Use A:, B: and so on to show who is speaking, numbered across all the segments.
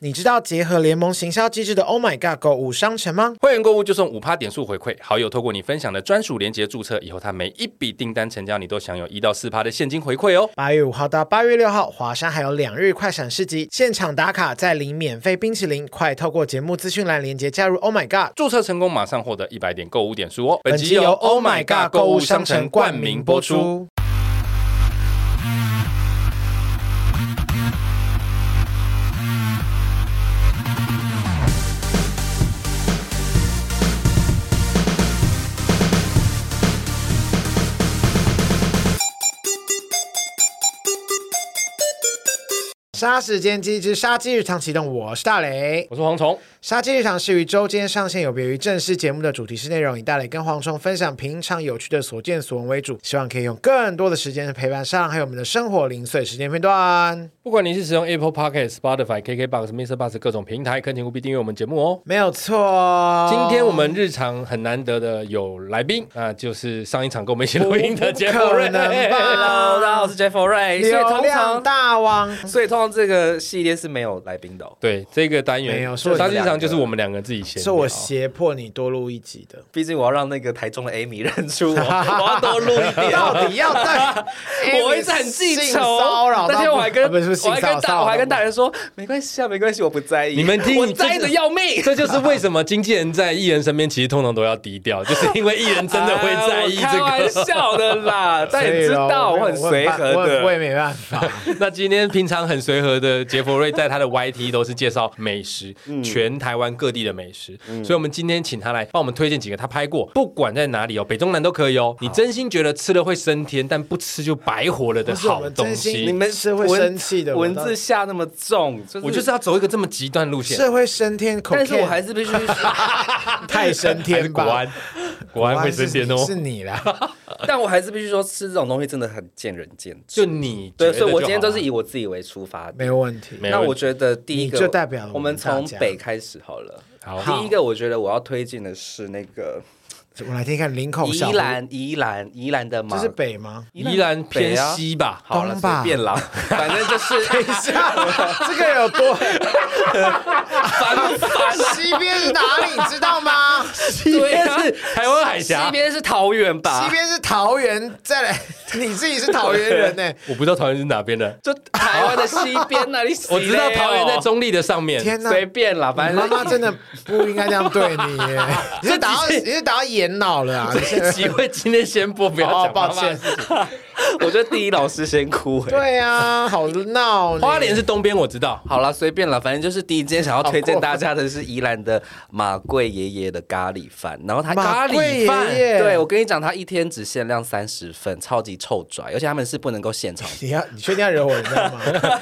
A: 你知道结合联盟行销机制的 Oh My God 购物商城吗？
B: 会员购物就送五趴点数回馈，好友透过你分享的专属链接注册以后，他每一笔订单成交，你都享有一到四趴的现金回馈哦。
A: 八月五号到八月六号，华山还有两日快闪市集，现场打卡再领免费冰淇淋，快透过节目资讯栏连接加入 Oh My God。
B: 注册成功马上获得一百点购物点数哦。
A: 本集由 Oh My God 购物商城冠名播出。杀时间机之杀鸡日常启动，我是大雷。
B: 我是蝗虫，
A: 杀鸡日常是于周间上线，有别于正式节目的主题式内容，以大磊跟蝗虫分享平常有趣的所见所闻为主，希望可以用更多的时间陪伴上，还有我们的生活零碎时间片段。
B: 不管你是使用 Apple Podcast、Spotify、KKBox、Mr. Bus 各种平台，恳请务必订阅我们节目哦。
A: 没有错，
B: 今天我们日常很难得的有来宾，那就是上一场跟我们一起录音的杰
A: 不
B: 夫瑞
A: 可。能吧
C: Hello，大家好，我是 Jeff Ray。所以
A: 啊流
C: 通
A: 量
C: 常，
A: 大王。
C: 所以通常这个系列是没有来宾的、哦，
B: 对这个单
A: 没
B: 元
A: 有，是我
B: 杀鸡日常就是我们两个自己闲聊。
A: 是我胁迫你多录一集的，
C: 毕竟我要让那个台中的 Amy 认出 我，我要多录一点。
A: 到底要对 Amy
C: 我一直很记
A: 性
C: 仇
A: 骚扰，，
C: 那天我还
A: 啊
C: 跟
A: 不是
C: 我
A: 性骚
C: 还跟
A: 扰，
C: 大我还跟大人说，没关系啊，没关系，我不在意。
B: 你们听
C: 我
B: 你这
C: 在意的要 命。
B: 这就是为什么经纪人在艺人身边其实通常都要低调，就是因为艺人真的会在 意
A: 啊
C: 哎我开玩
B: 这个。
C: 笑的啦，但
A: 所
C: 你
A: 以
C: 知
A: 咯
C: 道
A: 我
C: 我很随和
A: 我
C: 的
A: 我。也没办法。
B: 那今天平常很随和的杰佛瑞，在他的 YT 都是介绍美食，
A: 嗯
B: 全台湾各地的美食，所以我们今天请他来帮我们推荐几个他拍过，不管在哪里哦，北中南都可以哦。你真心觉得吃了会升天，但不吃就白活了的
A: 不是我
B: 好
A: 们
B: 东
A: 真
C: 你
A: 心
B: 西。
C: 们
A: 是会
C: 文
A: 生气的我
C: 文
A: 到
C: 字下那么重，就是
B: 我就是要走一个这么极端路线。
A: 社会升天，
C: 但是我还
A: 是
C: 是必须说，
A: 太升
B: 还是
A: 天
B: 国
A: 吧。
B: 安，国安会升天哦
A: 是。你啦，
C: 但我还是必须说，吃这种东西真的很见仁见智。
B: 就你觉
C: 对，
B: 得
C: 所以我今天
B: 就
C: 都
B: 好了
C: 是以我自己为出发点。
A: 没问题。
B: 没
C: 那
B: 问题
C: 我觉得第一个
A: 你就代表了我
C: 我
A: 们
C: 们从
A: 大家
C: 北开始好了。
B: 好
C: 第一个我觉得我要推荐的是那个
A: 我来听看林口
C: 宜
A: 小
C: 兰，宜兰，宜兰的马，
A: 这是北吗？
B: 依然偏
C: 啊
B: 西吧。
C: 好了，
A: 东
C: 随
A: 吧
C: 便啦，反正就是
A: 这个有多
C: 烦不烦？
A: 西边是哪里？你知道吗？
B: 西边是台湾海峡
C: 啊西，边是桃园
A: 西
C: 吧？
A: 边是桃园，再来 你自己是桃园人呢、
B: 我不知道桃园是哪边的，
C: 就台湾的西边那里，
B: 我知道桃园在。中立的上面。
A: 天哪！
C: 随便啦，反
A: 你
C: 正
A: 妈妈真的不应该这样对你耶！你是打到你是打到眼脑了啊！你是
B: 这一集会今天先播，不要
A: 哦
B: 讲，
A: 抱歉。，
C: 我觉得第一老师先哭、欸。
A: 对啊，好闹呢。
B: 花莲是东边，我知道。
C: 好了，随便了，反正就是第一间想要推荐大家的是宜兰的马贵爷爷的咖喱饭，然后他
A: 马
C: 咖
A: 贵
C: 喱饭，
A: 爷爷
C: 对我跟你讲，他一天只限量三十份，超级臭拽，而且他们是不能够现场。
A: 你要你确定要惹我，你知道吗？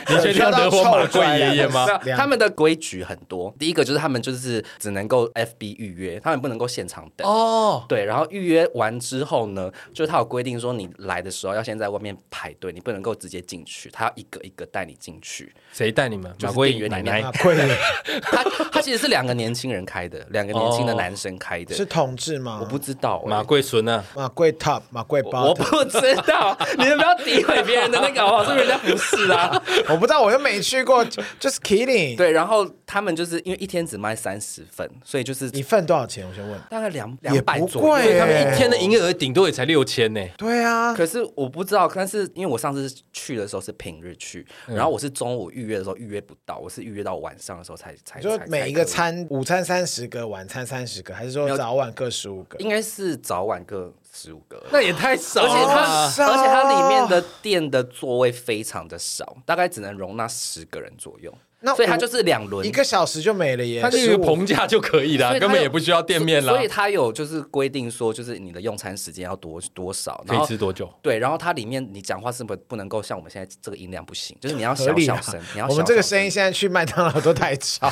B: 你确定要惹我马贵爷爷吗
C: 没有
A: 两
C: 他们的规矩很多，第一个就是他们就是只能够 FB 预约，他们不能够现场等。
B: 哦，
C: 对，然后预约完之后呢，就是他有规定说，你来的时候要先在外面排队，你不能够直接进去，他要一个一个带你进去。
B: 谁带你们？
C: 就是
B: 马贵
C: 店员
B: 奶
C: 里面
B: 奶
A: 马。贵啊爷
C: 他他其实是两个年轻人开的，两个年轻的
A: 哦
C: 男生开的。
A: 是同志吗？
C: 我不知道、欸，
B: 马 贵孙啊，
A: 马贵 top，马贵包
C: 我，不知 道，你们不要诋毁别人的那个好不好？是不是人家不是 啊？
A: 我不知道，我又没去过就，just kidding。，
C: 对，然后他们就是因为一天只卖三十份，所以就是
A: 一份多少钱？我先问。
C: 大概两
A: 也
C: 两
A: 不
C: 百
A: 贵欸
C: 左右。
A: 耶
C: 对
B: 他们一天的营业额顶多也才六千呢。
A: 对啊，
C: 可是我不知道，但是因为我上次去的时候是平日去，
A: 嗯
C: 然后我是中午预约的时候预约不到，我是预约到晚上的时候才才。
A: 就
C: 才
A: 每一个。
C: 才可以
A: 餐，午餐三十个，晚餐三十个，还是说早晚各十五个？
C: 应该是早晚各十五个，
B: 那也太少
C: 而且
A: 好
C: 它，
A: 少
C: 而且它里面的店的座位非常的少，大概只能容纳十个人左右。
A: 那
C: 所以它
A: 我
C: 就是两轮
A: 一，个小时就没了耶。
B: 它就是
A: 15
B: 棚架就可以了，
C: 所以它
B: 啊根
C: 有
B: 本也不需要店面啦
C: 所。以它有就是规定说，就是你的用餐时间要多多少，
B: 可
C: 然
B: 以
C: 后
B: 吃多久？
C: 对，然后它里面你讲话是不不能够像我们现在这个音量不行，就是你要
A: 合
C: 小
A: 理
C: 小
A: 啊
C: 声，你要小小
A: 我们这个声音现在去麦当劳都太吵。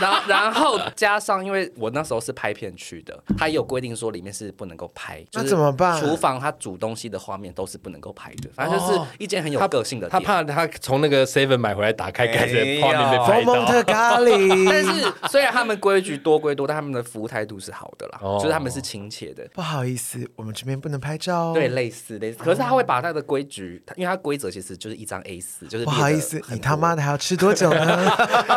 C: 然后然后加上，因为我那时候是拍片去的，他也有规定说里面是不能够拍，
A: 那
C: 就是
A: 怎么办
C: 厨房他煮东西的画面都是不能够拍的，反正就是一间很有个性的
B: 哦他
C: 店。
B: 怕他从那个 Seven 买回来打开，改成
C: 没有
B: 画面被拍
A: 佛
B: 到
A: 蒙特咖喱，
C: 但是虽然他们规矩多归多，但他们的服务态度是好的啦，
B: 哦
C: 就是他们是亲切的。
A: 不好意思，我们这边不能拍照哦。
C: 对，，类似类似，可是他会把他的规矩，他因为他规则其实就是一张 A 四，就是
A: 不好意思，你他妈的还要吃多久呢？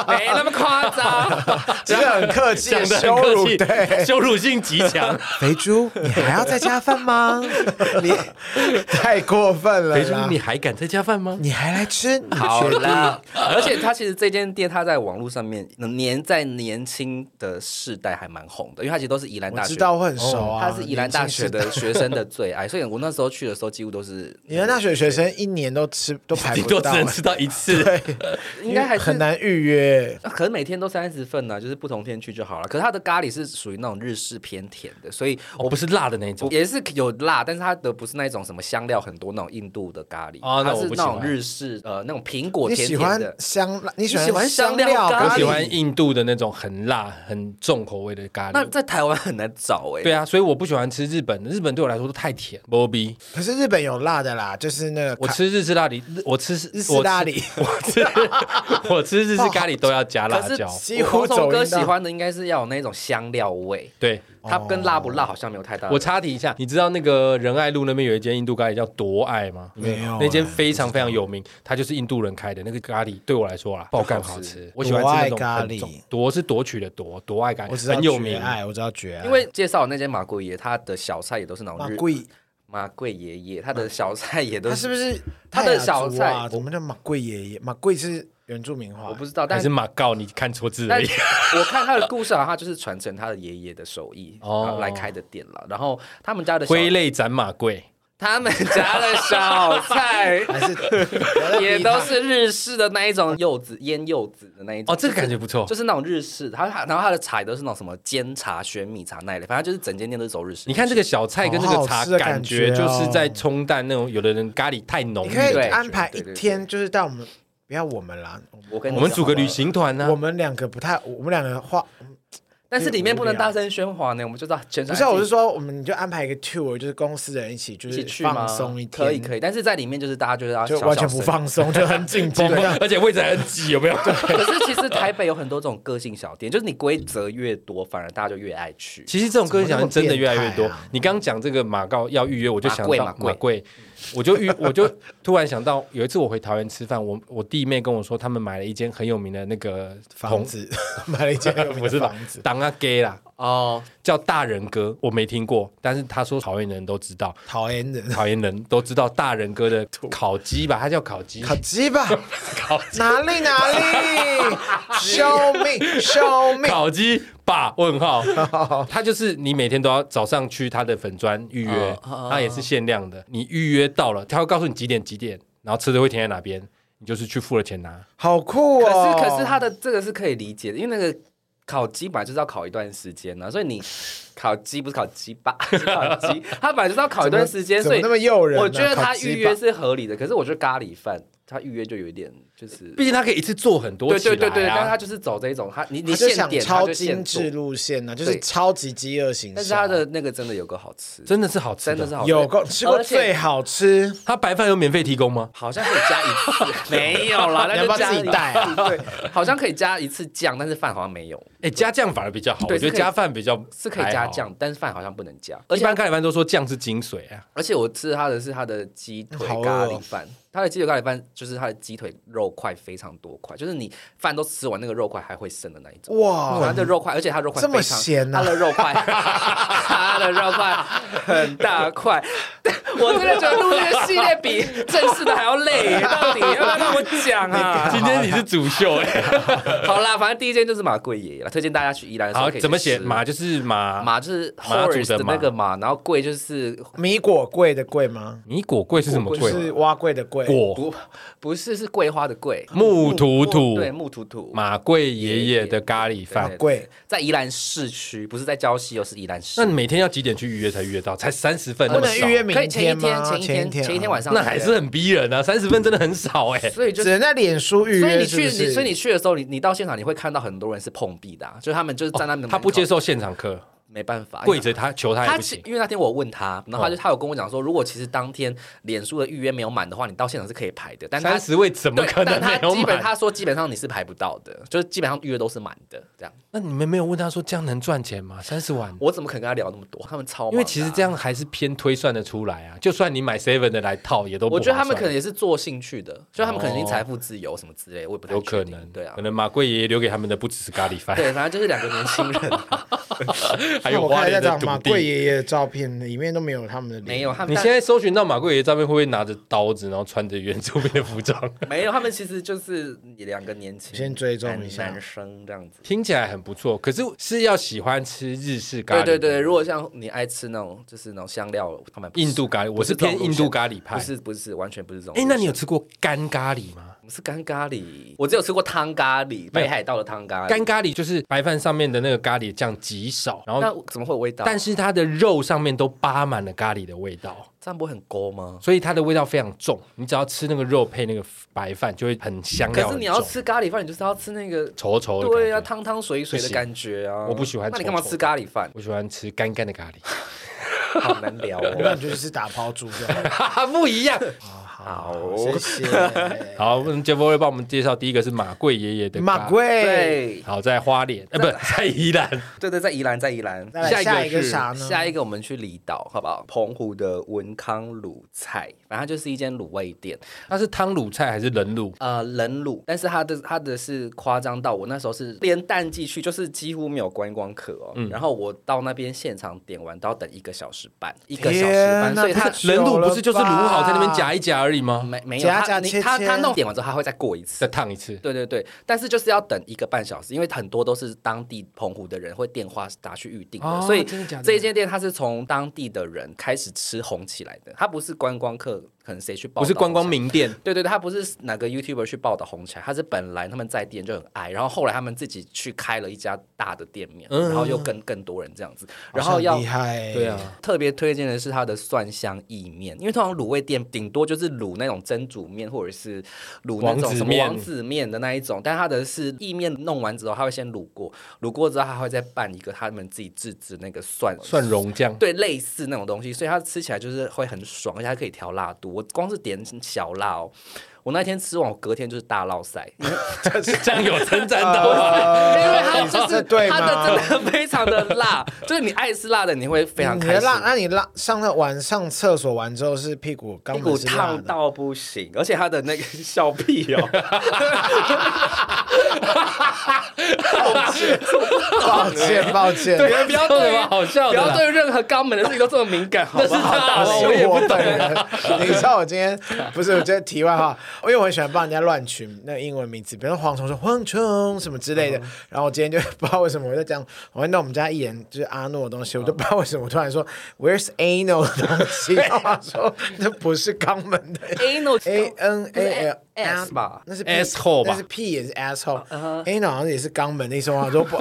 C: 没那么夸张，
A: 真的很客气，
B: 讲的
A: 羞
B: 很
A: 辱
B: 客气
A: 对，
B: 羞辱性极强。
A: 肥猪，你还要再加饭吗？你太过分了
B: 肥猪，
A: 啦！
B: 你还敢再加饭吗？
A: 啊你还来吃？你
C: 好
A: 确定
C: 啦，而且他其实这间店，他在网络上面年在年轻的世代还蛮红的，因为他其实都是宜兰
A: 我
C: 大学，哦
A: 知道会很熟啊。
C: 他是宜兰大学
A: 年轻
C: 的学生的最爱，所以我那时候去的时候几乎都 是
A: 时，宜兰大学学生一年都吃都排
B: 顶
A: 不
B: 多只
A: 到，啊
B: 能吃到一次。
C: 应该还是啊
A: 很。难预约。
C: 可能每天都三十份呢、啊就是不同天去就好了。可是它的咖喱是属于那种日式偏甜的，所以
B: 哦我不是辣的那种，
C: 也是有辣，但是它的不是那种什么香料很多那种印度的咖喱，
B: 哦那
C: 它
B: 我
C: 是
B: 不喜
C: 那
B: 欢
C: 种日式呃那种苹果
A: 你
C: 甜
A: 喜
C: 甜
A: 欢
C: 的。
A: 香辣？你喜
C: 喜欢
A: 香
C: 香料咖
B: 我
A: 咖
B: 喜
A: 喱？
B: 欢印度的那种很辣、很重口味的咖
C: 那
B: 喱。
C: 在台湾很难找哎、
B: 对啊，所以我不喜欢吃日本的，日本对我来说都太甜。b 逼，
A: 可是日本有辣的啦，就是那个
B: 我
A: 卡
B: 吃日式咖喱，日我吃
A: 日式
B: 我吃
A: 咖喱，
B: 我吃 我吃日式咖喱都要加辣
C: 可是
B: 椒。
A: 几乎
C: 我黄
A: 走
C: 总哥
A: 音
C: 喜
A: 到
C: 欢的应该是要有那种香料味，
B: 对，
C: 它跟辣不辣好像没有太大的。
B: 哦我插题一下，你知道那个仁爱路那边有一间印度咖喱叫多爱吗？
A: 没有啊
B: 那间非常非常有名，它就是印度人开的那个咖喱，对我来说啊，爆干好吃。我喜欢吃那种
A: 多爱咖喱
B: 很重，夺是夺取的夺，多爱咖
A: 我知
B: 喱
A: 道
B: 很有
A: 绝
B: 名。
A: 爱，我知道绝爱，
C: 因为介绍的那间马贵爷，他的小菜也都是那种
A: 马
C: 日
A: 贵，
C: 马贵爷爷，他的小菜也都
A: 他是不是
C: 他的小
A: 泰雅族啊
C: 菜
A: 我们叫马贵爷爷，马贵是原住民话，
C: 我不知道，但
B: 还是马告，你看错字
C: 但
B: 而已。
C: 我看他的故事啊，他就是传承他的爷爷的手艺
B: 哦
C: 哦来开的店了。然后他们家的小
B: 挥泪斩马贵，
C: 他们家的小 菜
A: 还是不要再逼
C: 也
A: 他
C: 都是日式的那一种柚子腌柚子的那一种
B: 哦，这个感觉不错
C: 就。是那种日式，它它然后它的茶也都是那种什么煎茶、玄米茶那一类，反正就是整间店都是走日式。
B: 你看这个小菜跟这个
A: 好好
B: 茶
A: 吃的，
B: 感
A: 感觉
B: 觉就
A: 哦
B: 是在冲淡那种有的人咖喱太浓
A: 你
B: 郁
A: 可以
B: 的。
A: 安排一
C: 对对对
A: 天，就是带我们，不要我们啦，
C: 我跟你
B: 我们
C: 讲
B: 组个
C: 好不好
B: 旅，行团啊呢
A: 我，们两个不太，我们两个话
C: 但是里面不能大声喧哗呢，我们就到全
A: 不
C: 场
A: 是啊，我是说，我们就安排一个 tour，就是公司的人一起，就
C: 一起
A: 是
C: 去吗？
A: 放松一天，
C: 可以可以，但是在里面就是大家就是要
A: 就
C: 小
A: 完全
C: 小
A: 不
C: 声。
A: 放松，就很紧绷这样。
B: 而且位置还很挤，有没有？
C: 可是其实台北有很多这种个性小店，就是你规则越多，反而大家就越爱去。
B: 其实这种歌曲小店真的越来越
A: 怎么那么
B: 多
A: 变态啊。
B: 你刚刚讲这个马告要预约，我就想到
C: 马贵马贵
B: 贵，我就预 我就突然想到，有一次我回桃园吃饭，我我弟妹跟我说，他们买了一间很有名的那个
A: 房子买了一间很有名
B: 不
A: 的
B: 是
A: 房子，
B: 当阿 gay 啦，
C: 哦，
B: 叫大人哥，我没听过，但是他说桃园人都知道，
A: 讨厌人，
B: 桃园人都知道大人哥的烤鸡吧，他叫烤鸡，
A: 烤鸡 吧，
B: 烤
A: 哪里哪里，救命救命！
B: 烤鸡吧？问号， 他就是你每天都要早上去他的粉砖预
C: 哦
B: 约，他也是限量的。你预约到了，他会告诉你几点几点，然后车子会停在哪边，你就是去付了钱拿。
A: 好酷
C: 可
A: 哦！
C: 是可是他的这个是可以理解的，因为那个烤鸡本来就是要烤一段时间呢、所以你烤鸡不是烤鸡 吧，是烤鸡，它本来就是要烤一段时间，
A: 怎
C: 所
A: 么
C: 以
A: 那么诱人呢？啊
C: 我觉得
A: 烤
C: 他
A: 鸡
C: 预
A: 吧
C: 约是合理的。可是我觉得咖喱饭他预约就有一点 就是。
B: 毕竟他可以一次做很多
C: 对
B: 起来
C: 对
B: 啊
C: 对对，但是他就是走这种，他你你
A: 他就
C: 现
A: 想
C: 点他
A: 超
C: 就
A: 精
C: 现
A: 致
C: 做，
A: 路线呢，就是
C: 对
A: 超级饥饿啊型。
C: 但是他的那个真的有个好吃，
B: 真的是好吃
C: 真
B: 的
C: 的是好吃，
A: 有够吃过
C: 而且
A: 最好吃，
B: 他白饭有免费提供吗？
C: 好像可以加一 次，没有啦，
A: 你
C: 那
A: 要不
C: 就
A: 要
C: 加
A: 自己带啊
C: 一次对，好像可以加一次酱，但是饭好像没有，
B: 哎，加酱反而比较好，
C: 对
B: 我觉
C: 是
B: 得
C: 可以
B: 加饭比较
C: 是可以
B: 还
C: 加
B: 好。
C: 酱，但是饭好像不能加。而
B: 一
C: 且
B: 般咖喱饭都说酱是精髓 啊，
C: 而且我吃它的是它的鸡腿
A: 好饿哦
C: 咖喱饭，它的鸡腿咖喱饭就是它的鸡腿肉块非常多块，就是你饭都吃完，那个肉块还会剩的那一种。它
A: 哇！
C: 的肉块，而且它肉块
A: 这么
C: 非常
A: 咸啊
C: 它的肉块， 它的肉块很大块。 我真的觉得录这个系列比正式的还要累耶，到底要不要让我讲啊？
B: 今 天你是主秀 哎，
C: 好啦，反正第一间就是马贵爷爷啦，推荐大家去宜兰的时候
B: 好
C: 可以去
B: 怎么写？
C: 吃
B: 马就是马，
C: 马就是
B: 马祖的
C: horse 的那个马，然后贵就是
A: 米果贵的贵吗？
B: 米果贵是什么
A: 就
B: 贵？
A: 是蛙贵的贵，
C: 哎
B: 果
C: 不不是是桂花的桂，
B: 木土土
C: 对木土土
B: 马贵爷爷的咖喱
A: 马
B: 饭。
A: 贵。
C: 在宜兰市区，不是在礁溪，哦，是宜兰市
B: 那。你每天要几点去预约才预约到？才三十
C: 呃
B: 份，
A: 不
B: 那
A: 能
B: 么
A: 预
B: 少
A: 约
C: 可以
A: 明
C: 前一天，
A: 吗？
C: 前一天，前一天晚上，
B: 啊那还是很逼人啊！三十份真的很少哎、
C: 所以
A: 只
C: 就是。啊
A: 能在脸书预
C: 所以
A: 约，
C: 你
A: 是
C: 去，
A: 不
C: 你
A: 是？
C: 所以你去的时候，你你到现场你会看到很多人是碰壁的、啊，就是他们就是站在门口、
B: 他不接受现场课，
C: 没办法，
B: 跪着他求他也
C: 他
B: 不
C: 其
B: 行。
C: 因为那天我问他，然后他就
B: 哦
C: 他有跟我讲说，如果其实当天脸书的预约没有满的话，你到现场是可以排的，但他
B: 三十位怎么
C: 对，
B: 可能
C: 但他
B: 没有
C: 基本
B: 买？
C: 他说基本上你是排不到的，就是基本上预约都是满的这样。
B: 那你们没有问他说这样能赚钱吗？三十万，
C: 我怎么可能跟他聊那么多？他们超忙的啊
B: 因为其实这，样还是偏推算的出来啊。就算你买 seven 的来套，也都不
C: 我觉得他们
B: 划算
C: 可能也是做兴趣的，就他们可能已经财富自由什么之类，我也不太
B: 有可
C: 确定。
B: 能，
C: 对啊
B: 可，能马贵爷爷留给他们的不只是咖喱饭，
C: 对，反正就是两个年轻人啊，
B: 还有
A: 我看
B: 花
A: 了一下
B: 莲的
A: 找
B: 土
A: 马贵
B: 地。
A: 爷爷的照片，里面都没有他们的脸。
C: 没 有他们
B: 你
C: 啊但
B: 现在搜寻到马贵爷爷照片，会不会拿着刀子，然后穿着原住民的服装？
C: 没有，他们其实就是两个年轻
A: 先追踪一下
C: 男男生这样子。
B: 听起来很不错，可是是要喜欢吃日式咖喱
C: 对
B: 的，
C: 对对，如果像你爱吃那种就是那种香料，他们不
B: 印度咖喱，我是偏印度咖喱派
C: 不。是不是完全不是这种路
B: 哎，
C: 线。
B: 那你有吃过干咖喱吗？
C: 我们是干咖喱，我只有吃过汤咖喱，北海道的汤咖喱。
B: 干咖喱就是白饭上面的那个咖喱酱极少，然后
C: 那怎么会有味道？
B: 但是它的肉上面都扒满了咖喱的味道，
C: 这样不会很勾吗？
B: 所以它的味道非常重。你只要吃那个肉配那个白饭，就会很香料
C: 可是
B: 很
C: 你要
B: 重，
C: 吃咖喱饭，你就是要吃那个，
B: 稠稠的。
C: 对啊，，汤汤水水的
B: 不行
C: 感觉啊。
B: 我不喜欢
C: 那你干嘛
B: 臭臭的
C: 吃咖喱饭？
B: 我喜欢吃干干的咖喱，
C: 好难聊
A: 我感
C: 哦。
A: 觉就是打抛猪就好。
B: 不一样。
A: 好
C: 好
A: 谢 谢。
B: 好，我们杰佛会帮我们介绍第一个是马贵爷爷的
A: 马
B: 贵，
A: 贵，
C: 对
B: 好在花莲，呃，不在宜兰。
C: 对对，在宜兰，在宜兰。
A: 再来
B: 下
A: 下
B: 一
A: 一
B: 个
A: 个
B: 是
A: 啥呢？
C: 下一个我们去离岛，好不好？澎湖的文康卤菜，反正它就是一间卤味店，
B: 它是汤卤菜还是冷卤？
C: 呃，冷卤，但是它的它的是夸张到我那时候是连淡季去，就是几乎没有观光客哦。
B: 嗯
C: 然后我到那边现场点完都要等一个小时半，一个小时半，
A: 天啊哪
C: 所以它
A: 这个
B: 冷卤不是就是卤好在那边
A: 吧
B: 夹一夹而已吗？
C: 没没有
A: 夹
C: 它
A: 夹
C: 你
A: 切
C: 它
A: 切啊
C: 它弄点完之后，它会再过一次
B: 再。烫一次，
C: 对对对，但是就是要等一个半小时，因为很多都是当地澎湖的人会电话打去预定的，
B: 哦
C: 所以
B: 真的假的
C: 这一间店它是从当地的人开始吃红起来的，它不是观光客，可能谁去报
B: 不是观光
C: 名。
B: 名店。
C: 对对，对他不是哪个 YouTuber 去报道红起来，他是本来他们在店就很爱，然后后来他们自己去开了一家大的店面，
B: 嗯
C: 然后又跟更多人这样子，然后
A: 好像
C: 要
A: 很厉。害，
B: 对，啊，
C: 特别推荐的是它的蒜香意面，因为通常卤味店顶多就是卤那种蒸煮面，或者是卤那
B: 王
C: 种
B: 子
C: 什么
B: 面
C: 王子面的那一种，但它的是意面弄完之后，他会先卤过，卤过之后他会再拌一个他们自己自制那个蒜
B: 蒜蓉酱。
C: 对，类似那种东西，所以它吃起来就是会很爽，而且它可以调辣度。我光是点小辣哦，我那天吃完，我隔天就是大 落腮，因为
B: 这样有 称赞到吗？
C: 它
A: 呃，
C: 就是
A: 这啊对
C: 它的
A: 吗？
C: 真的非常的辣， 就是你爱吃辣的，你会非常
A: 你
C: 开
A: 的
C: 心。
A: 辣，那你辣上了晚上厕所完之后是屁股肛
C: 屁
A: 门
C: 股
A: 是辣
C: 烫
A: 的，
C: 到不行，而且它的那个 笑屁 哦，
A: 抱歉抱歉，
B: 你们不要对吗？好笑
C: 不
B: 的
C: 要
B: 啦。
C: 对任何肛门的事情都这么敏感，好不
B: 那是
C: 好？
B: 他
A: 打死
B: 我也不
A: 本人。 你知道我今天不是我今天题外话，因为我很喜欢帮人家乱取那英文名字，比如说蝗虫说蝗虫什么之类的。
B: 嗯
A: 然后我今天就不知道为什么我在讲，我在弄我们家艺人就是阿诺的东西，我就 不知道为什么我突然说 Where's anal 的东西，然后他说那不是肛门的
C: anal
A: A N A L 嗯
C: S 吧
A: 那是
B: Asshole 吧
A: 那是 P 也是 asshole。anal 好像也是肛门的意思吗？我说不，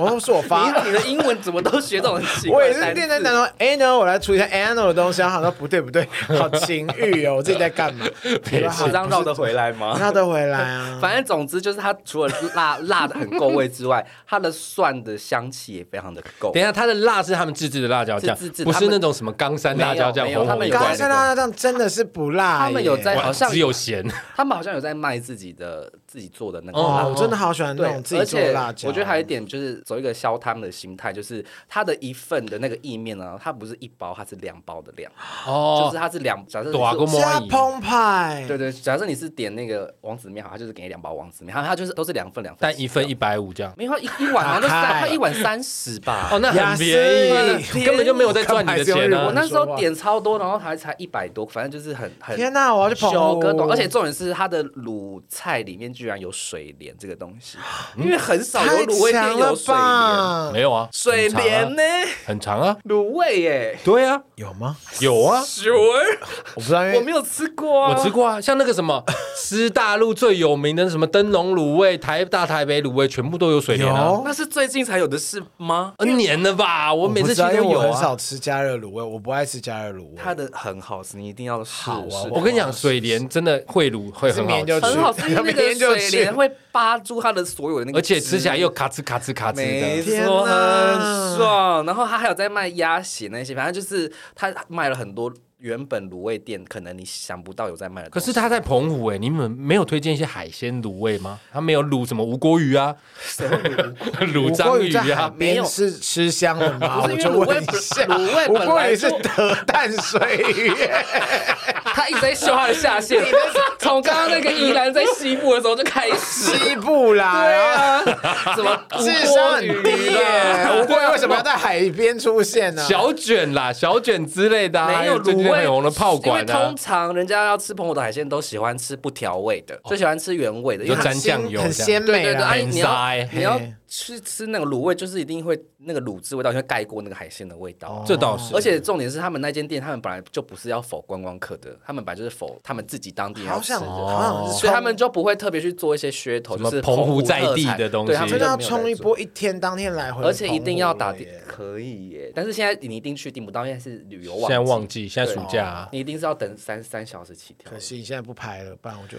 A: 我说是我发
C: 你你的英文怎么都学这种很奇
A: 我
C: 怪
A: 也
C: 的单字？
A: 是电灯男说，哎呢，我来处理一下 anal 的东西，然后想说不对不 对，好情欲哦，我自己在干嘛？
B: 别
C: 我这样绕得回来 吗？
A: 那都回来啊。
C: 反正总之就是它除了辣辣的很够味之外，它的蒜的香气也非常的够
B: 等。一下，它的辣是他们自制的辣椒酱
C: 是自制，
B: 不
C: 他
B: 是
C: 们
B: 那种什么冈山辣椒酱
C: 没有
B: 红
C: 没有他
B: 红
C: 们
B: 一
C: 有
A: 刚
B: 罐
A: 才那那那真的是不辣耶，
C: 他们有在好像
B: 只有 咸。
C: 他们好像有在卖自己的自己做的那个辣
A: 哦，我真的好喜欢那
C: 对
A: 种自，己
C: 而
A: 做的
C: 且
A: 辣椒。
C: 我觉得还有一点就是走一个消汤的心态，就是它的一份的那个意面啊呢，它不是一包，它是两包的量，就
B: 哦
C: 是，它是两。假设你
A: 啊
B: 大
C: 是
B: 锅摸
A: 加
B: 鱼
A: 澎湃，
C: 对对，假设你是点那个王子面，好，它就是给你两包王子面，它它就是都是两份两份，
B: 但一份一百五这样。
C: 没有它一一碗好像啊都
A: 打
C: 三，
A: 开
C: 它一碗三十吧。
B: 哦，那
A: 雅
B: 很
A: 思
B: 便
A: 天
B: 宜，根本就没有在赚你的钱啊
A: 我
B: 呢
C: 我。那时候
A: 说吧
C: 点超多，然后还才一百多，反正就是很很
A: 天哪，我要去澎
C: 九
A: 湖
C: 个懂，而且重点是它的卤菜里面居然有水莲这个东西，因为很少有
A: 嗯太
C: 卤味店
A: 强了
C: 有水莲，
A: 吧
B: 没？有啊，
C: 水
B: 很长啊
C: 莲呢？
B: 很长啊。
C: 卤味耶
B: 对啊，
A: 有吗？
B: 有啊，
C: ，sure，
A: 我不知道，因
C: 我
A: 为
C: 没有吃过
A: 哦
C: 啊，
B: 我吃过啊，像那个什 么师大陆最有名的什么灯笼卤味、台大台北卤味，全部都有水莲啊。
A: 有
C: 那是最近才有的事吗？
B: N 年了吧，我每
A: 我不知
B: 次去
A: 道
B: 都
A: 因为我
B: 有
A: 很
B: 啊。
A: 少吃加热卤味，我不爱吃加热卤味。
C: 它的很好吃，你一定要试
A: 好啊
C: 试。
B: 我跟你讲，水莲真的会卤会
A: 是
B: 很
A: 明
B: 好
A: 天就
B: 吃，
A: 吃
C: 很好吃，因为那
A: 明天
C: 个
A: 就
C: 水
A: 吃
C: 莲会扒住它的所有的那个汁，
B: 而且吃起来又咔吱咔吱咔吱
C: 没没
B: 的。
A: 天
C: 错，
A: 哪
C: 很爽。然后他还有在卖鸭血那些，反正就是他卖了很多原本卤味店可能你想不到有在卖的
B: 可
C: 东西。
B: 是他在澎湖哎、你们没有推荐一些海鲜卤味吗？他没有卤什么吴锅鱼啊， 卤
A: 五
B: 章
A: 锅
B: 鱼
A: 在
B: 啊
A: 海，
C: 没
A: 边
C: 有
A: 是吃香的吗？
C: 不
A: 我
C: 是因为
A: 就
C: 卤味
A: 问一
C: 本
A: 下，
C: 卤味
A: 五
C: 本
A: 锅
C: 来
A: 鱼是
C: 就
A: 得淡水 鱼，
C: 他一直在秀他的下限，从刚刚那个宜兰在西部的时候就开 始。
A: 西部啦，
C: 对
A: 然后
C: 啊，怎么
A: 智商
C: 无
A: 很
C: 锅
A: 低
C: 鱼啊
A: 耶
C: 啦，
A: 五锅鱼为什么要在海边出现呢？
B: 小卷啦，小卷之类的、啊，
C: 没有
B: 最近
C: 卤味
B: 很红的炮
C: 因
B: 管
C: 为
B: 啊
C: 通，常人家要吃澎湖的海鲜都喜欢吃不调味的，最喜欢吃原味的，因
B: 就
C: 为
B: 哦沾
C: 它
A: 鲜
B: 酱油
A: 很
B: 这样
A: 鲜
C: 对
A: 美
C: 对对，
A: 啦
C: 哎，，
B: 很
C: 你
B: 塞
C: 要你要
A: 嘿
C: 去吃那个卤味，就是一定会那个卤汁味道就会盖过那个海鲜的味道。
B: 哦这倒是。
C: 而且重点是，他们那间店，他们本来就不是要否观光客的，他们本来就是否他们自己当地人要
A: 好
C: 吃
A: 想，
C: 的，
A: 好想
C: 所以他们就不会特别去做一些噱头，
B: 哦什么
C: 就是
B: 澎湖
C: 湖
B: 在
C: 特
B: 地
C: 产
B: 的东
C: 对
B: 西
C: 他们
A: 真的
C: 就
A: 要
C: 没有
A: 冲
C: 在
A: 一
C: 做
A: 波，一天当天来回，
C: 而且一定要打
A: 的
C: 的，可以耶。但是现在你一定去订不到，因为是旅游
B: 现在
C: 旺
B: 旺
C: 季，
B: 季，现在暑假、啊，
C: 你一定是要等三三小时起跳
A: 可。惜你现在不拍了，不然我就，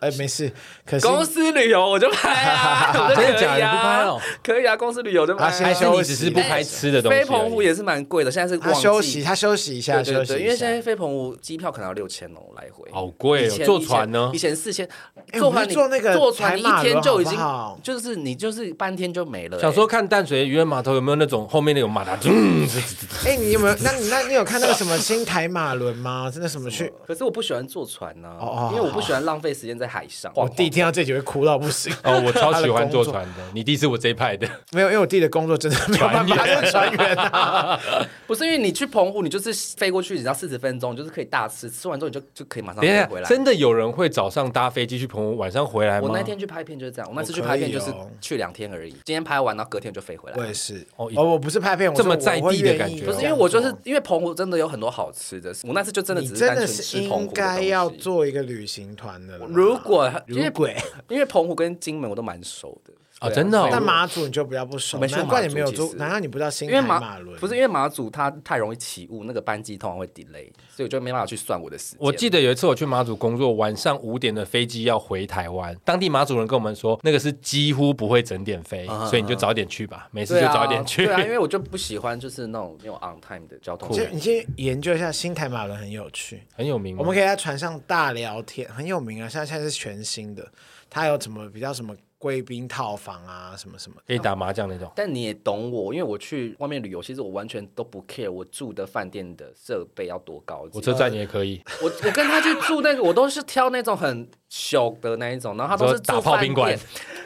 A: 哎，没事，可惜
C: 公司旅游我就拍啊，我就可以
B: 真的假的
C: 啊
B: 不拍哦
C: 可以啊，公司旅游就拍
A: 啊现
B: 还
A: 在
C: 啊。
B: 是你只是不
A: 哎
B: 拍吃的东西而
C: 飞
B: 已？
C: 澎湖也是蛮贵的，现在是
A: 他
C: 旺季
A: 休息，他休息一下，
C: 对
A: 休
C: 对
A: 息一
C: 对，
A: 下
C: 因为现在飞澎湖机票可能要六千哦，来回。
B: 好贵
C: 以
B: 哦
C: 前
B: 坐船呢
C: 以前以前四千，
A: 哎
C: 坐
A: 我们
C: 船你
A: 坐那个
C: 坐船你
A: 台马
C: 一天
A: 轮
C: 就
A: 好
C: 已
A: 不
C: 经
A: 好
C: 就是你就是半天就没了。
B: 想
C: 哎
B: 说看淡水渔人码头有没有那种后面那种马达，嗯
A: 哎、你有没有？那你那你有看那个什么新台马轮吗？真的什么去？
C: 可是我不喜欢坐船呢、
A: 哦哦
C: 因为我不喜欢浪费时间在海上。
A: 我弟听到这集会哭到不 行。
B: 哦，我超喜欢坐
A: 他的工作，
B: 船的。你弟是我这一派的，
A: 没有，因为我弟的工作真的没有办法，
B: 船员
A: 他是船员啊。
C: 不是因为你去澎湖，你就是飞过去，你只要四十分钟，你就是可以大吃，吃完之后你就就可以马上
B: 等一
C: 飞
B: 下
C: 回，来。
B: 真的有人会早上搭飞机去澎湖，晚上回来吗？
C: 我那天去拍片就是这样，我那次去
A: 我可
C: 拍片就是
A: 以哦
C: 去两天而已，今天拍完，然后隔天就飞回来
A: 我。也是，
B: 哦
A: 哦
B: 一，
A: 我不是拍片，我
B: 这么
A: 是我会
B: 在地的
A: 愿意
B: 感觉
A: 这
B: 哦
C: 不
A: 样
C: 是因为我就是
A: 做。
C: 因为澎湖真的有很多好吃的，我那次就真的
A: 你
C: 只
A: 真
C: 单
A: 的
C: 纯
A: 是
C: 吃澎湖
A: 应
C: 的
A: 该要
C: 东西。
A: 做一个旅行团的了。
C: 如果因
A: 如
C: 为
A: 果，
C: 因为澎湖跟金门我都蛮熟的
B: 哦
C: 对啊
B: 真的哦
C: 所以
A: 但马祖你就比较不熟，
C: 我没去过
A: 难怪你没有
C: 马祖
A: 做
C: 其，实
A: 难怪你不知道新
C: 因
A: 台
C: 为
A: 马轮。
C: 不是因为马祖它太容易起雾，那个班机通常会 delay，所以我就没办法去算我的时间。
B: 我记得有一次我去马祖工作，晚上五点的飞机要回台湾，当地马祖人跟我们说，那个是几乎不会整点飞，
C: 啊
B: 所以你就早点去吧，没事
C: 对
B: 就
C: 啊，
B: 早点去。
C: 对啊，因为我就不喜欢就是那种没有 on time 的交通
A: 你
C: 工
A: 先，
C: 具。
A: 你先研究一下新台马轮很有趣。
B: 很有名
C: 嗯
B: 啊吗，
A: 我们可以在船上大聊天，很有名啊，现在现在是全新的，它有什么比较什么贵宾套房啊，什么什么的。
B: 可以打麻将那种。
C: 但你也懂我，因为我去外面旅游，其实我完全都不 care 我住的饭店的设备要多高级。
B: 火车站也可以，
C: 我我跟他去住那个，我都是挑那种很小的那一种，然后他都
B: 你
C: 是
B: 说打
C: 住
B: 炮
C: 饭
B: 宾馆
C: 店，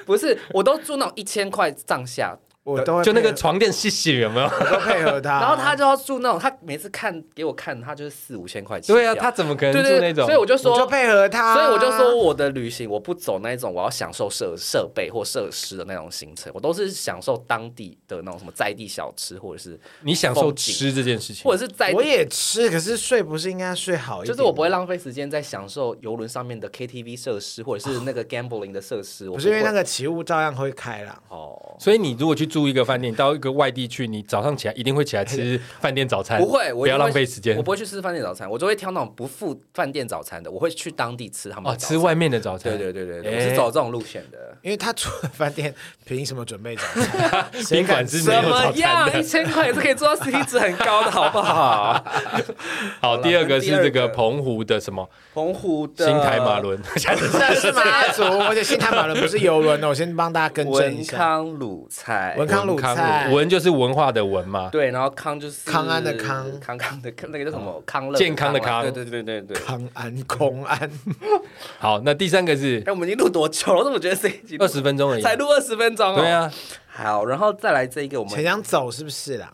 C: 不是，我都住那种一千块上 下，
A: 我都会
B: 就那个
A: 配合
B: 床垫细 细有没有？
A: 我都配合
B: 啊
A: 他。
C: 然后他就要住那种，他每次看给我看，他就是四五千块起跳。
B: 对啊，他怎么可能
C: 对
B: 住
C: 对
B: 那
C: 对，
B: 种？
C: 所以我就说
A: 我就。配合他，
C: 所以我就说，我的旅行我不走那一种我要享受设设备或设施的那种行程，我都是享受当地的那种什么在地小吃，或者是
B: 你享受
C: 风景
B: 吃这件事情，
C: 或者是在
A: 我
C: 地，
A: 也吃，可是睡不是应该睡好一点？
C: 就是我不会，浪费时间在享受游轮上面的 KTV 设施，或者是那个 gambling 的设施。我
A: 不是因为
C: 会
A: 那个起雾照样会开啦。
C: 哦，
B: 所以你如果去住一个饭店，到一个外地去，你早上起来一定会起来 吃饭店早餐，
C: 不会，我
B: 不要
C: 一定会
B: 浪费时间哦
C: 我。不会去吃饭店早餐，我就会挑那种不付饭店早餐的，我会去当地吃他们
B: 哦，
C: 的早
B: 吃
C: 餐。
B: 外面的早餐，
C: 对对对对对，我
B: 哎
C: 是走这种路线的。
A: 因为他住的饭店凭什么准备早餐？
B: 宾馆是没
C: 怎
B: 有
C: 么
B: 早餐
C: 样？
B: 的
C: 一。千块也是可以做到 CP 值很高的，好不好？
B: 好，
C: 了
B: 第二个是
C: 第二
B: 这个
C: 个
B: 澎湖的什么
C: 澎湖的
B: 新台马、伦，
A: 啊
B: 下次
A: 那是马祖， 而且新台马轮不是游
C: 哦
A: 轮的，我先帮大家更正一
C: 文
A: 下。
C: 康鲁菜、
A: 文康鲁菜
B: 文就是文化的文嘛，
C: 对，然后康就是
A: 康安的康
C: 康康的那个叫什么康乐
B: 健康的
C: 啊
B: 康
C: 对对对对对。
A: 康安、公安，
B: 好，那第三个是
C: 哎，我们已经录多久了？我怎么觉得这一集录
B: 二十分钟而已。
C: 才录二十分钟哦？
B: 啊对，啊，
C: 好，然后再来这一个我们
A: 陈想走是不是啦？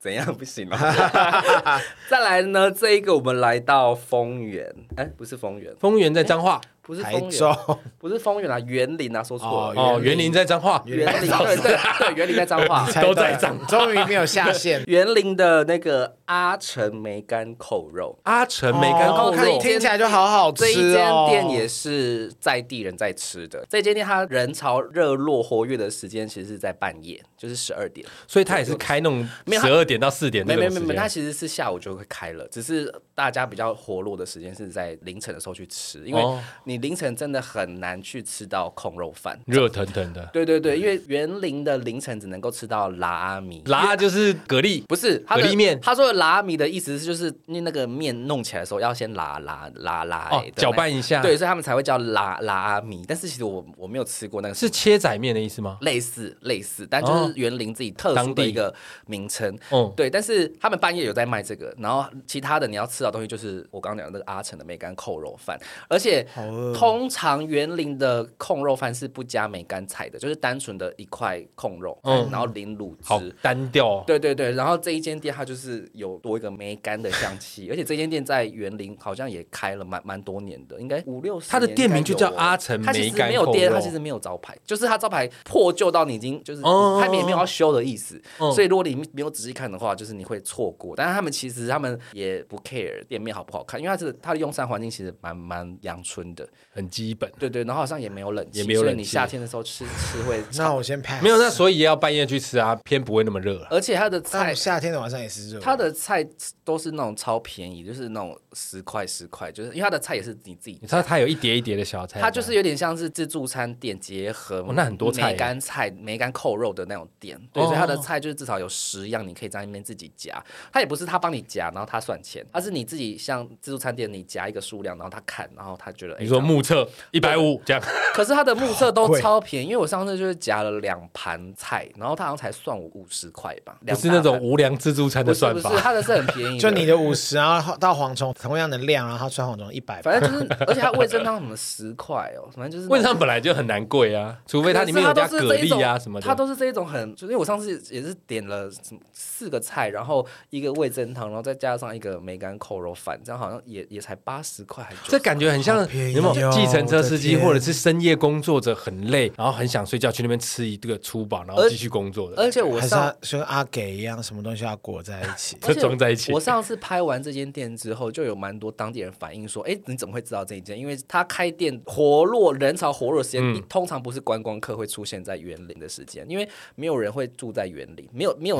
C: 怎样不行了？再来呢，这一个我们来到丰原，哎，不是丰原，
B: 丰原在彰化，
C: 不是
A: 台
C: 丰
A: 州
C: 原，不是丰原啊，园林啊，说错了，
B: 哦，
A: 园
B: 园
A: 林
B: 林在彰化，
C: 园林，对对对，园林在彰
A: 。
C: 化。
A: 猜
B: 啊都
A: 对
B: 在
A: 了
B: 涨，
A: 终于没有下线
C: 园林的那个阿城梅干扣肉，
B: 阿城梅干
A: 哦
B: 扣
C: 扣
A: 看
C: 肉
B: 肉
C: 一，
A: 听起来就好好吃
C: 这一间
A: 哦。
C: 店也是在地人在吃的。这间店它人潮热络活跃的时间其实是在半夜，就是十二点。
B: 所以他也是开那种
C: 没有
B: 十
C: 它
B: 二点到四点
C: 没
B: 这
C: 没
B: 种
C: 没
B: 时
C: 没，它
B: 间。
C: 其实是下午就会开了，只是大家比较活络的时间是在凌晨的时候去吃，因为
B: 哦
C: 你你凌晨真的很难去吃到控肉饭。
B: 热腾腾的，
C: 对对对，因为园林的凌晨只能够吃到拉阿米，
B: 拉就是蛤蜊，
C: 不是他的
B: 蛤蜊面
C: 他说的拉米的意思是，就是因为那个面弄起来的时候要先拉拉拉拉、
B: 哦
C: 欸，
B: 搅拌一下
C: 对，所以他们才会叫拉拉米。但是其实我我没有吃过那个，
B: 是切仔面的意思吗？
C: 类似类似，但就是园林自己特殊
B: 当地
C: 的一个名称。
B: 嗯
C: 对，但是他们半夜有在卖这个，然后其他的你要吃到的东西就是我刚刚讲的那个阿成的梅干扣肉饭，而且
B: 哦
C: 通常园林的控肉饭是不加梅干菜的，就是单纯的一块控肉，
B: 嗯
C: 然后淋卤
B: 好
C: 汁。
B: 单调哦。
C: 对对对，然后这一间店它就是有多一个梅干的香 气，而且这间店在园林好像也开了蛮蛮多年的，应该五六十。
B: 它的店名就叫阿成
C: 它其
B: 梅
C: 实
B: 干
C: 没有
B: 扣
C: 店，它
B: 肉
C: 其。实没有招牌，就是它招牌破旧到你已经就是
B: 哦
C: 他们也没有要修的意思，
B: 嗯
C: 所以如果你没有仔细看的话，就是你会错过。但是他们其实他们也不 care 店面好不好看，因为它是它的用餐环境其实蛮蛮阳春的，
B: 很基本。
C: 对对，然后好像也没有冷气，
B: 也没有
C: 所以
B: 冷
C: 你
B: 气
C: 夏天的时候吃吃会
A: 那我先
C: 哎
A: pass。
B: 没有，那所以也要半夜去吃啊，偏不会那么热了。
C: 而且它的
A: 那
C: 菜
A: 夏天的晚上也是热的。
C: 它的菜都是那种超便宜，就是那种十块十块，就是因为它的菜也是你自己
B: 你。知道它有一碟一碟的小菜吗，
C: 它就是有点像是自助餐店结合、
B: 啊哦那很多菜耶
C: 梅干菜、梅干扣肉的那种店，对，
B: 哦
C: 所以它的菜就是至少有十样，你可以在那边自己夹。它也不是他帮你夹，然后他算钱，啊它是你自己像自助餐店，你夹一个数量，然后他看，然后他觉得哎
B: 你说
C: 这样
B: 目测一百五这样，
C: 可是它的目测
A: 好
C: 都
A: 贵
C: 超便宜，因为我上次就是夹了两盘菜，然后他好像才算我五十块吧，
B: 不
C: 两
B: 是
C: 大
B: 那种
C: 盘
B: 无良自助餐的
C: 不是
B: 算
C: 不
B: 法
C: 是，。它的是很便宜，
A: 就你的五十，然后到蝗虫同样的量，然后他穿蝗虫一百，
C: 反正就是，而且它味噌汤什么十块哦，反正就是那种
B: 问上本来就很难贵啊，除非它里面有
C: 可
B: 加
C: 是它
B: 蛤
C: 都是这一种
B: 蜊啊什么
C: 它
B: 的。
C: 都是这一种很，就是因为我上次也是点了什么四个菜，然后一个味噌汤，然后再加上一个梅干扣肉饭，这样好像也也才八十块，还
B: 这
C: 90
B: 感觉很像
A: 好便宜
B: 有没有
A: 哦
B: 计程车司机
A: 我的天
B: 或者是深夜工作者很累，然后很想睡觉，去那边吃一个粗饱，然后
C: 而
B: 继续工作的。。
C: 而且我
A: 还是
C: 上
A: 他就跟阿给一样，什么东西要裹在一起
B: 这装在一起
C: 我上次拍完这间店之后，就有蛮多当地人反映说：“哎，你怎么会知道这一间？因为他开店活络人潮活络的时间，
B: 嗯
C: 通常不是观光客会出现在园林的时间，因为没有人会住在园林，没有 没有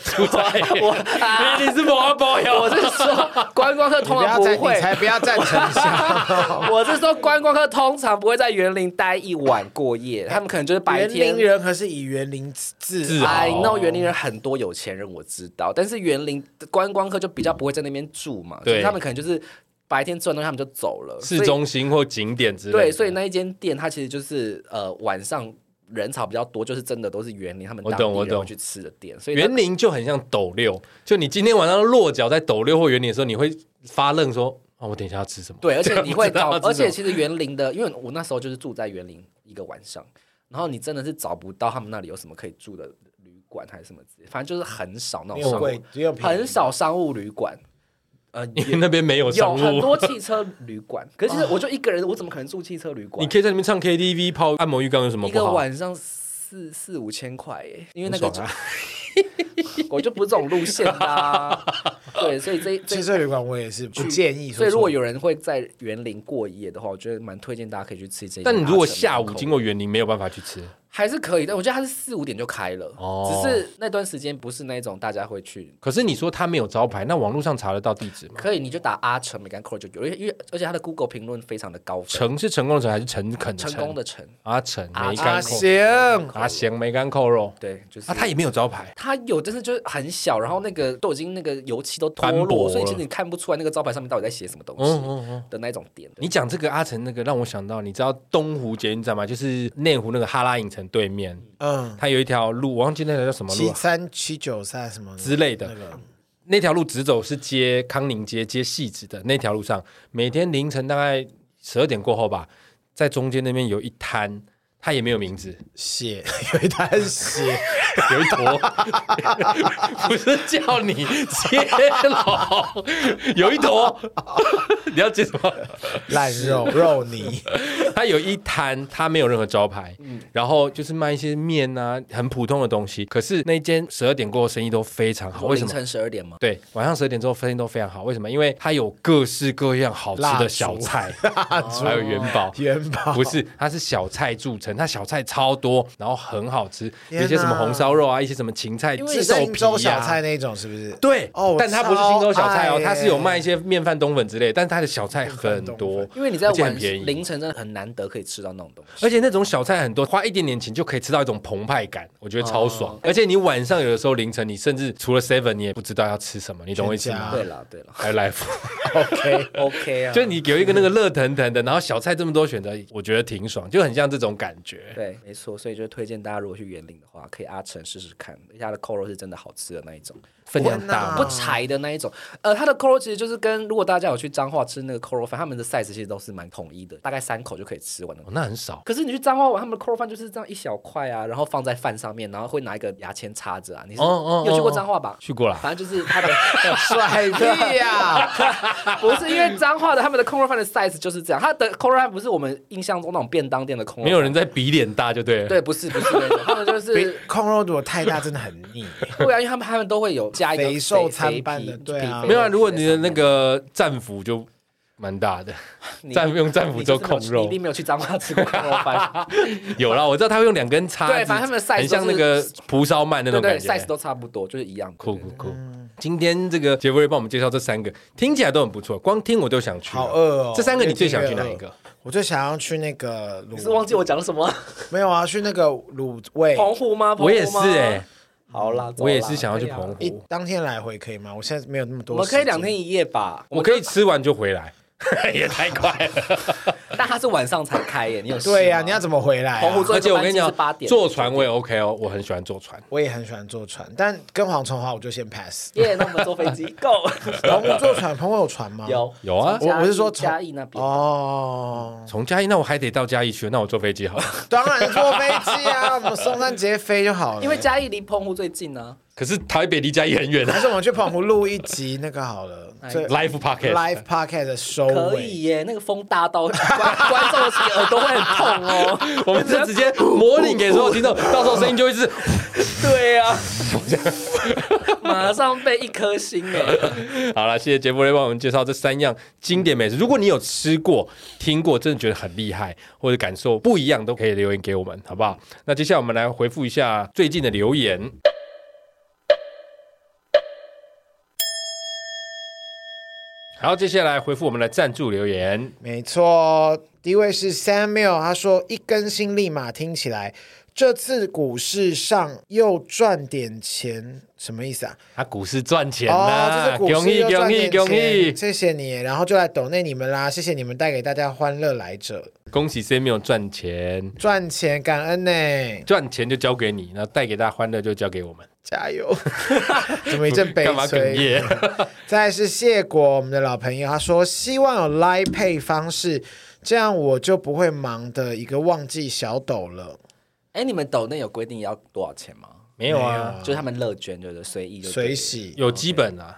C: 住
B: 在园林
C: 我啊
B: 哎 你是麻包呀？
C: 我是说观光客
A: 你
C: 通
A: 不
C: 常
A: 要
C: 不
A: 再，
C: 会
A: 你。才不要赞成下。
C: 我是说，观光客通常不会在园林待一晚过夜，他们可能就是 白
A: 园
C: 天
A: 林人可是以园林自
B: 自豪
C: 哎，那园林人很多有钱人我知道，但是园林的观光客就比较不会在那边住嘛，
B: 对
C: 所以他们可能就是白天赚东西他们就走了，
B: 市
C: 所以
B: 中心或景点之类的。
C: 对，所以那一间店它其实就是呃晚上人潮比较多，就是真的都是园林他们
B: 我
C: 当
B: 懂
C: 地
B: 我
C: 人会
B: 懂
C: 去吃的店，所以
B: 园林就很像斗六，就你今天晚上落脚在斗六或园林的时候，你会发愣说：“啊，我等一下要吃什么？”
C: 对，而且你会
B: 不知道
C: 找，
B: 要吃
C: 而且
B: 什么
C: 其实园林的，因为我那时候就是住在园林一个晚上，然后你真的是找不到他们那里有什么可以住的旅馆还是什么之类，反正就是很少那
A: 没有
C: 种商
A: 贵
C: 务，，
A: 只有便宜
C: 很。少商务旅馆，呃，
B: 因为那边没有商
C: 有很
B: 务，啊
C: 多汽车旅馆，可是
A: 啊
C: 其实我就一个人，我怎么可能住汽车旅馆
B: 你？可以在里面唱 KTV、泡按摩浴缸有什么
C: 一
B: 不
C: 个
B: 好？
C: 晚上四四五千块耶，因为那个
A: 很爽啊
C: 就 我就不是这种路线的 啊，对，所以这这
A: 汽车旅馆我也是不建议说。
C: 所以如果有人会在园林过夜的话，我觉得蛮推荐大家可以去吃这一家。
B: 但你如果下午经
C: 过，
B: 过园林，没有办法去吃，
C: 还是可以，但我觉得它是四五点就开了，
B: 哦
C: 只是那段时间不是那种大家会去。
B: 可是你说它没有招牌，那网络上查得到地址吗？
C: 可以，你就打阿成梅干扣肉就有，因为因为而且它的 Google 评论非常的高分，
B: 成是成功的成还是诚恳
C: 成
B: 诚？
C: 功的成，
B: 阿成
C: 阿
B: 梅
A: 阿
B: 干扣
A: 行，
B: 阿贤梅干扣肉
C: 对，就是
B: 啊，它也没有招牌，
C: 它有，但是就是很小，然后那个都已经那个油漆都脱
B: 斑驳
C: 落，
B: 了
C: 所以其实你看不出来那个招牌上面到底在写什么东
B: 嗯
C: 西
B: 嗯嗯。
C: 的那种点。
B: 你讲这个阿成那个让我想到，你知道东湖捷运站吗？就是内湖那个哈拉影城对面，
A: 嗯，
B: 它有一条路，我忘记那条叫什么路
A: 七
B: 啊
A: 三七九三什么的
B: 之类
A: 那
B: 的。
A: 个，
B: 那条路直走是接康宁街、接戏子的那条路上，每天凌晨大概十二点过后吧，在中间那边有一摊，它也没有名 字，
A: 血 有一滩血，
B: 有一坨，不是叫你接龙，有一坨，你要接什么？
A: 烂肉肉泥，
B: 他有一摊，他没有任何招牌，
C: 嗯
B: 然后就是卖一些面啊，很普通的东西。可是那间十二点过后生意都非常好，为什
C: 凌
B: 么？
C: 晨十二点吗？
B: 对，晚上十二点之后生意都非常好，为什么？因为它有各式各样好吃
A: 蜡烛
B: 的小 菜，哦还有元宝。
A: 元宝
B: 不是，它是小菜著称，它小菜超多，然后很好吃，
A: 天
B: 有一些什么
A: 哪
B: 红烧肉啊，一些什么芹菜、
A: 是
B: 自豆
A: 郑
B: 皮
A: 州
B: 呀、
A: 小菜那一种是不是？
B: 对，
A: 哦我
B: 但它不是新州小菜
A: 超
B: 哦
A: 爱，耶
B: 它是有卖一些面饭、冬粉之类，但是它的小菜很
A: 面
B: 多
A: 饭冬，
C: 因为你在
B: 而且很
C: 晚
B: 便宜
C: 凌晨真的很难得可以吃到那种东西。
B: 而且那种小菜很多，花一点点钱就可以吃到一种澎湃感，我觉得超爽。
A: 哦
B: 而且你晚上有的时候凌晨，你甚至除了 seven，你也不知道要吃什么，你懂我意思
A: 全家
B: 吗？
C: 对了对了
B: 还有 life，
A: ，OK，
C: ，OK 啊，
B: 就你有一个那个热腾腾的，然后小菜这么多选择，我觉得挺爽，就很像这种感觉。
C: 对，没错，所以就推荐大家如果去园林的话，可以阿成试试看，而且它的扣肉是真的好吃的那一种，
B: 分量
A: 天哪
B: 大
C: 不柴的那一种。呃，它的扣肉其实就是跟如果大家有去彰化吃那个扣肉饭，他们的 size 其实都是蛮统一的，大概三口就可以吃完的
B: 哦，。那很少。
C: 可是你去彰化玩，他们的扣肉饭就是这样一小块啊，然后放在饭上面，然后会拿一个牙签插着啊。你是
B: 哦哦哦
C: 你有去过彰化吧？
B: 去过啦，
C: 反正就是它 的
A: 帅屁呀！
C: 不是因为彰化的他们的空肉饭的 size 就是这样，它的空肉饭不是我们印象中那种便当店的空肉饭，
B: 没有人在比脸大就对了。
C: 对，不是不是那种，他们就
A: 比
C: 是
A: 控肉如果太大，真的很 腻。
C: 对啊，因为他们他们都会有加一个
A: 肥瘦参半的
C: 肥皮
A: 对啊
C: 肥
B: 没有啊，
C: 肉
B: 如果
C: 在
B: 你的
C: 上
B: 那
C: 面
B: 个战斧就蛮大的，
C: 你
B: 战用战斧
C: 你
B: 做
C: 就是没有
B: 控肉
C: 你一定没有去彰化吃过空肉 饭，
B: 有啦，我知道他会用两根叉子，
C: 对反正他们的 size
B: 很像那个蒲烧鳗那
C: 对
B: 种
C: 对
B: 感觉。
C: ，size 都差不多，就是一样。
B: 酷酷酷！
A: 嗯
B: 今天这个杰弗瑞帮我们介绍这三个，听起来都很不错，光听我都想去了。
A: 好饿哦
B: 这三个你最想去哪
A: 越
B: 一
A: 听越
B: 个？
A: 我最想要去那个
C: 你是忘
A: 卤，
C: 记我讲了什么？
A: 没有啊，去那个卤味。
C: 澎湖吗？澎湖吗
B: 我也是哎，
C: 好啦，走
B: 我也
C: 啦
B: 是想要去
C: 可以啊
B: 澎
A: 一
B: 湖，
A: 当天来回可以吗？我现在没有那么
C: 我
A: 多
C: 们
A: 时间。
C: 可以两天一夜吧，
B: 我可以吃完就回来， 也太快了。
C: 但它是晚上才开耶，你有事
A: 对呀、
C: 吗
A: 你要怎么回来啊、
C: 啊澎湖坐
B: 而且我跟你
C: 班
B: 讲
C: 机是八，点
B: 坐船我也 OK 哦，我很喜欢坐船。
A: 我也很喜欢坐船，但跟蝗虫的话，我就先 pass。
C: 耶那我们坐飞机，Go！
A: 澎湖坐船，澎湖有船吗？
C: 有
B: 有啊
C: 从嘉义
A: 我我是说从
C: 嘉义那边，
A: 哦，
B: 从嘉义，那我还得到嘉义去，那我坐飞机好了。
A: 当然坐飞机啊，我们松山直接飞就好了。
C: 因为嘉义离澎湖最近啊呢。
B: 可是台北离嘉义很远
A: 还
B: 啊。
A: 是我们去澎湖录一集那个好 了，最
B: Life Pocket
A: live podcast 的收
C: 哎可
A: 尾。
C: 以耶，那个风大到观观众的耳朵会很痛哦。
B: 我们就直接模拟给所有听 众，到时候声音就会是。
C: 对 啊，马上被一颗星哎！
B: 好了，谢谢杰弗瑞帮我们介绍这三样经典美食。如果你有吃过、听过，真的觉得很厉害，或者感受不一样，都可以留言给我们，好不好？那接下来我们来回复一下最近的留言。好，接下来回复我们的赞助留言。
A: 没错，哦第一位是 Samuel，他说一更新立马听起来，这次股市上又赚点钱，什么意思啊？
B: 啊，股市赚钱
A: 哦，这
B: 啦，
A: 是股市又赚点
B: 恭喜
A: 钱，！谢谢你，然后就来抖内你们啦，谢谢你们带给大家欢乐来者，
B: 恭喜 Samuel 赚钱，
A: 赚钱感恩呢，
B: 赚钱就交给你，然后带给大家欢乐就交给我们。
A: 加油！ 怎么一阵悲
B: 干嘛哽
A: 催？
B: 咽？
A: 再来是谢果，我们的老朋友，他说希望有 Line Pay 方式，这样我就不会忙的一个忘记小抖了。
C: 哎，你们抖内有规定要多少钱吗？
B: 没有啊，
C: 就是他们乐捐，对不对？随意就对
A: 水
C: 了
A: 洗
B: 有基本 啊，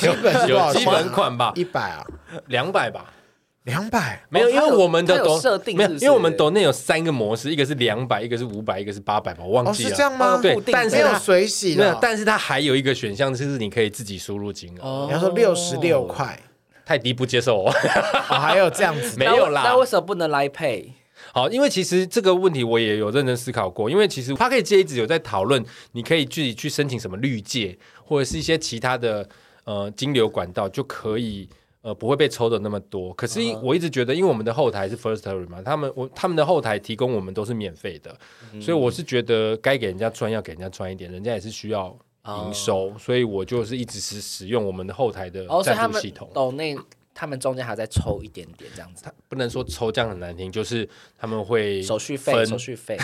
A: 基本
C: 啊
A: 是多
B: 有
A: 少
B: 基
A: 钱
B: 本？款吧，
A: 一百啊，
B: 两百吧。
A: 两百。
B: 没有，
C: 哦
B: 因为
C: 它有
B: 我们的
C: 它有
B: 抖
C: 设定
B: 没有，
C: 是不
B: 因
C: 是
B: 为我们抖内有三个模式，一个是两百，一个是五百，一个是八百吧，我忘
A: 哦，
B: 记
A: 是
B: 了。
A: 这样吗？
B: 对
C: 固，定的
B: 但是
A: 没有
B: 它
A: 水洗
B: 没有
A: 的，。
B: 但是它还有一个选项就是你可以自己输入金额，
C: 哦
A: 你要说六十六，块，
B: 太低不接受哦。
A: 哦，还有这样子的。
B: 没有啦
C: 那为那为什么不能来配？
B: 好，因为其实这个问题我也有认真思考过，因为其实它可以界一直有在讨论，你可以自己去申请什么绿界，或者是一些其他的呃金流管道就可以。呃，不会被抽的那么多。可
C: 嗯
B: 是我一直觉得，因为我们的后台是 First Story 嘛，他们我他们的后台提供我们都是免费的，
C: 嗯
B: 所以我是觉得该给人家赚要给人家赚一点，人家也是需要
C: 哦
B: 营收，所以我就是一直是使用我们的后台的
C: 哦，所以他
B: 赞助
C: 们
B: 系统。
C: 抖内，他们中间还在抽一点点这样子，
B: 不能说抽这样很难听，就是他们会
C: 手续费，
B: 分
C: 手续费。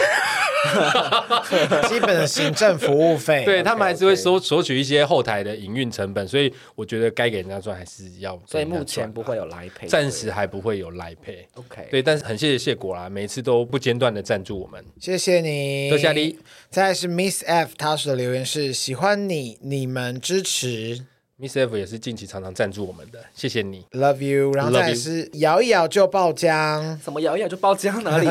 A: 基本的行政服务费。
B: 对他们还是会收索取一些后台的营运成本，所以我觉得该给人家赚还是要
C: 所
B: 给
C: 以
B: 人家赚。
C: 目前不会有来配，
B: 暂时还不会有来配。
C: OK。
B: 对，但是很谢谢谢果啦，每次都不间断的赞助我们。
A: 谢谢你，
B: 多谢你。
A: 再来是 Miss F，她的留言是喜欢你，你们支持。
B: Miss F 也是近期常常赞助我们的，谢谢你。
A: Love you，然后再
B: Love
A: 来
B: you
A: 是摇一摇就爆浆，
C: 怎么摇一摇就爆浆哪里？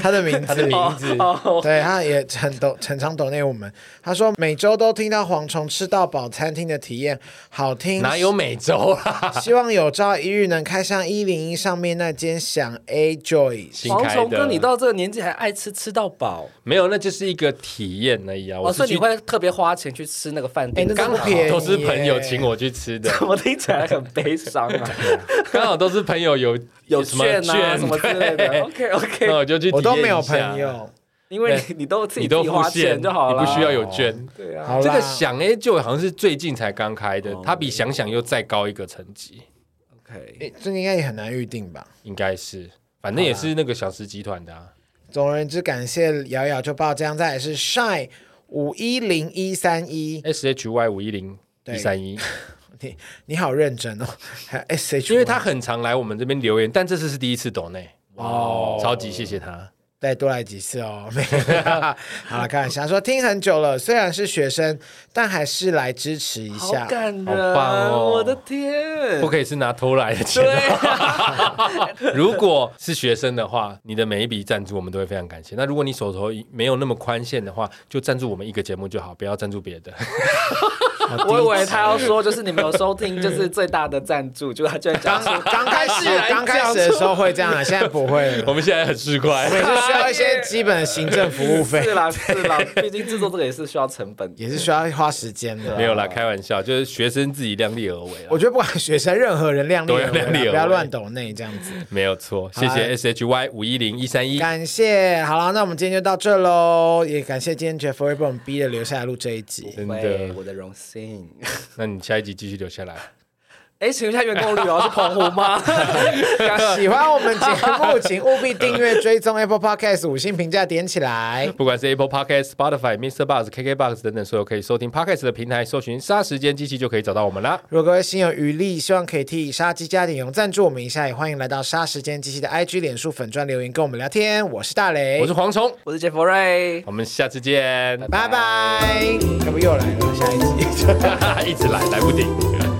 A: 他的名
B: 他的
A: 字。
B: 名字，
C: 哦，
A: 对，他也很抖，很常抖内我们。他说每周都听到蝗虫吃到饱餐厅的体验，好听。
B: 哪有美洲啦？
A: 希望有朝一日能开上一零一上面那间享 A Joy。
B: 新
C: 蝗
B: 开
C: 虫
B: 的
C: 哥，你到这个年纪还爱吃，吃到饱，
B: 没有，那就是一个体验而已啊。我
C: 哦，所
B: 是
C: 以你
B: 去
C: 会特别花钱去吃那个饭
A: 哎
C: 店
A: 那，
C: 刚
A: 真的
C: 好
A: 不便宜
B: 都是朋友
A: 耶
B: 请我去吃的，
C: 怎么听起来很悲伤啊？
B: 刚好都是朋友 有
C: 有
B: 什么
C: 券啊什么之类的。
B: 对
C: OK
B: 那
C: OK，
B: 我就去体验
A: 我
B: 一下
A: 都没有朋，友，
C: 因为你你都自己
B: 你
C: 自
B: 都
C: 己
B: 付
C: 花钱
B: 现
C: 就好了，
B: 你不需要有券。
C: 对啊。
A: 好啦
B: 这个想 A 就好像是最近才刚开的，它比想想又再高一个层级，
C: OK，
A: 诶这个应该也很难预定吧。
B: 应该是，反正也是那个小时集团的啊。
A: 总而言之，感谢瑶瑶就爆浆，再来是 Shine 五一零一三一，
B: S H Y 五一零一三一，
A: 你你好认真哦，还有 S H，
B: 因为他很常来我们这边留言，但这次是第一次抖内，哦，超级谢谢他。
A: 再多来几次哦。 没有啦好了，开玩笑，说听很久了，虽然是学生，但还是来支持一
C: 好
A: 下。
C: 感人，
B: 好棒哦
C: 我的天
B: 不，可以是拿偷来的钱。
C: 对啊，
B: 如果是学生的话，你的每一笔赞助我们都会非常感谢。那如果你手头没有那么宽限的话，就赞助我们一个节目就好，不要赞助别的。
C: 我以为他要说就是你没有收听，就是最大的赞助，就他居然 讲出
A: 刚开始
C: 居然
A: 刚开始的时候会这样啊，现在不会了。
B: 我们现在很市侩，
A: 每次需要一些基本的行政服务
C: 讲出
A: 费
C: 是，啦是啦，毕竟制作这个也是需要成本的。
A: 也是需要花时间的。
B: 没有啦，开玩笑，就是学生自己量力而为啦
A: 我。觉得不管学生，任何人量力而为啦，
B: 都要量力而为
A: 不要乱抖内这样子。
B: 没有错，谢谢 S H Y 五一零一三一，
A: 感谢，好了，那我们今天就到这喽，也感谢今天 Jeff Weber 我们逼的留下来录这一集。
B: 真
C: 喂
B: 的。
C: 我的荣幸。
B: 那你下一集继续留下来。
C: 哎，请问一下员工旅游是澎湖吗？
A: 喜欢我们节目，请务必订阅、追踪 Apple Podcast，五星评价点起来。
B: 不管是 Apple Podcast、Spotify、Mr. Buzz、KK Box 等等所有可以收听 Podcast 的平台，搜寻“杀时间机器”就可以找到我们啦。
A: 如果各位心有余力，希望可以替杀鸡加点油赞助我们一下，也欢迎来到杀时间机器的 IG、脸书粉专留言跟我们聊天。我是大雷，
B: 我是蝗虫，
C: 我是杰佛瑞，
B: 我们下次见，
A: 拜拜。要不又来了，下一集。
B: 一直来来不停。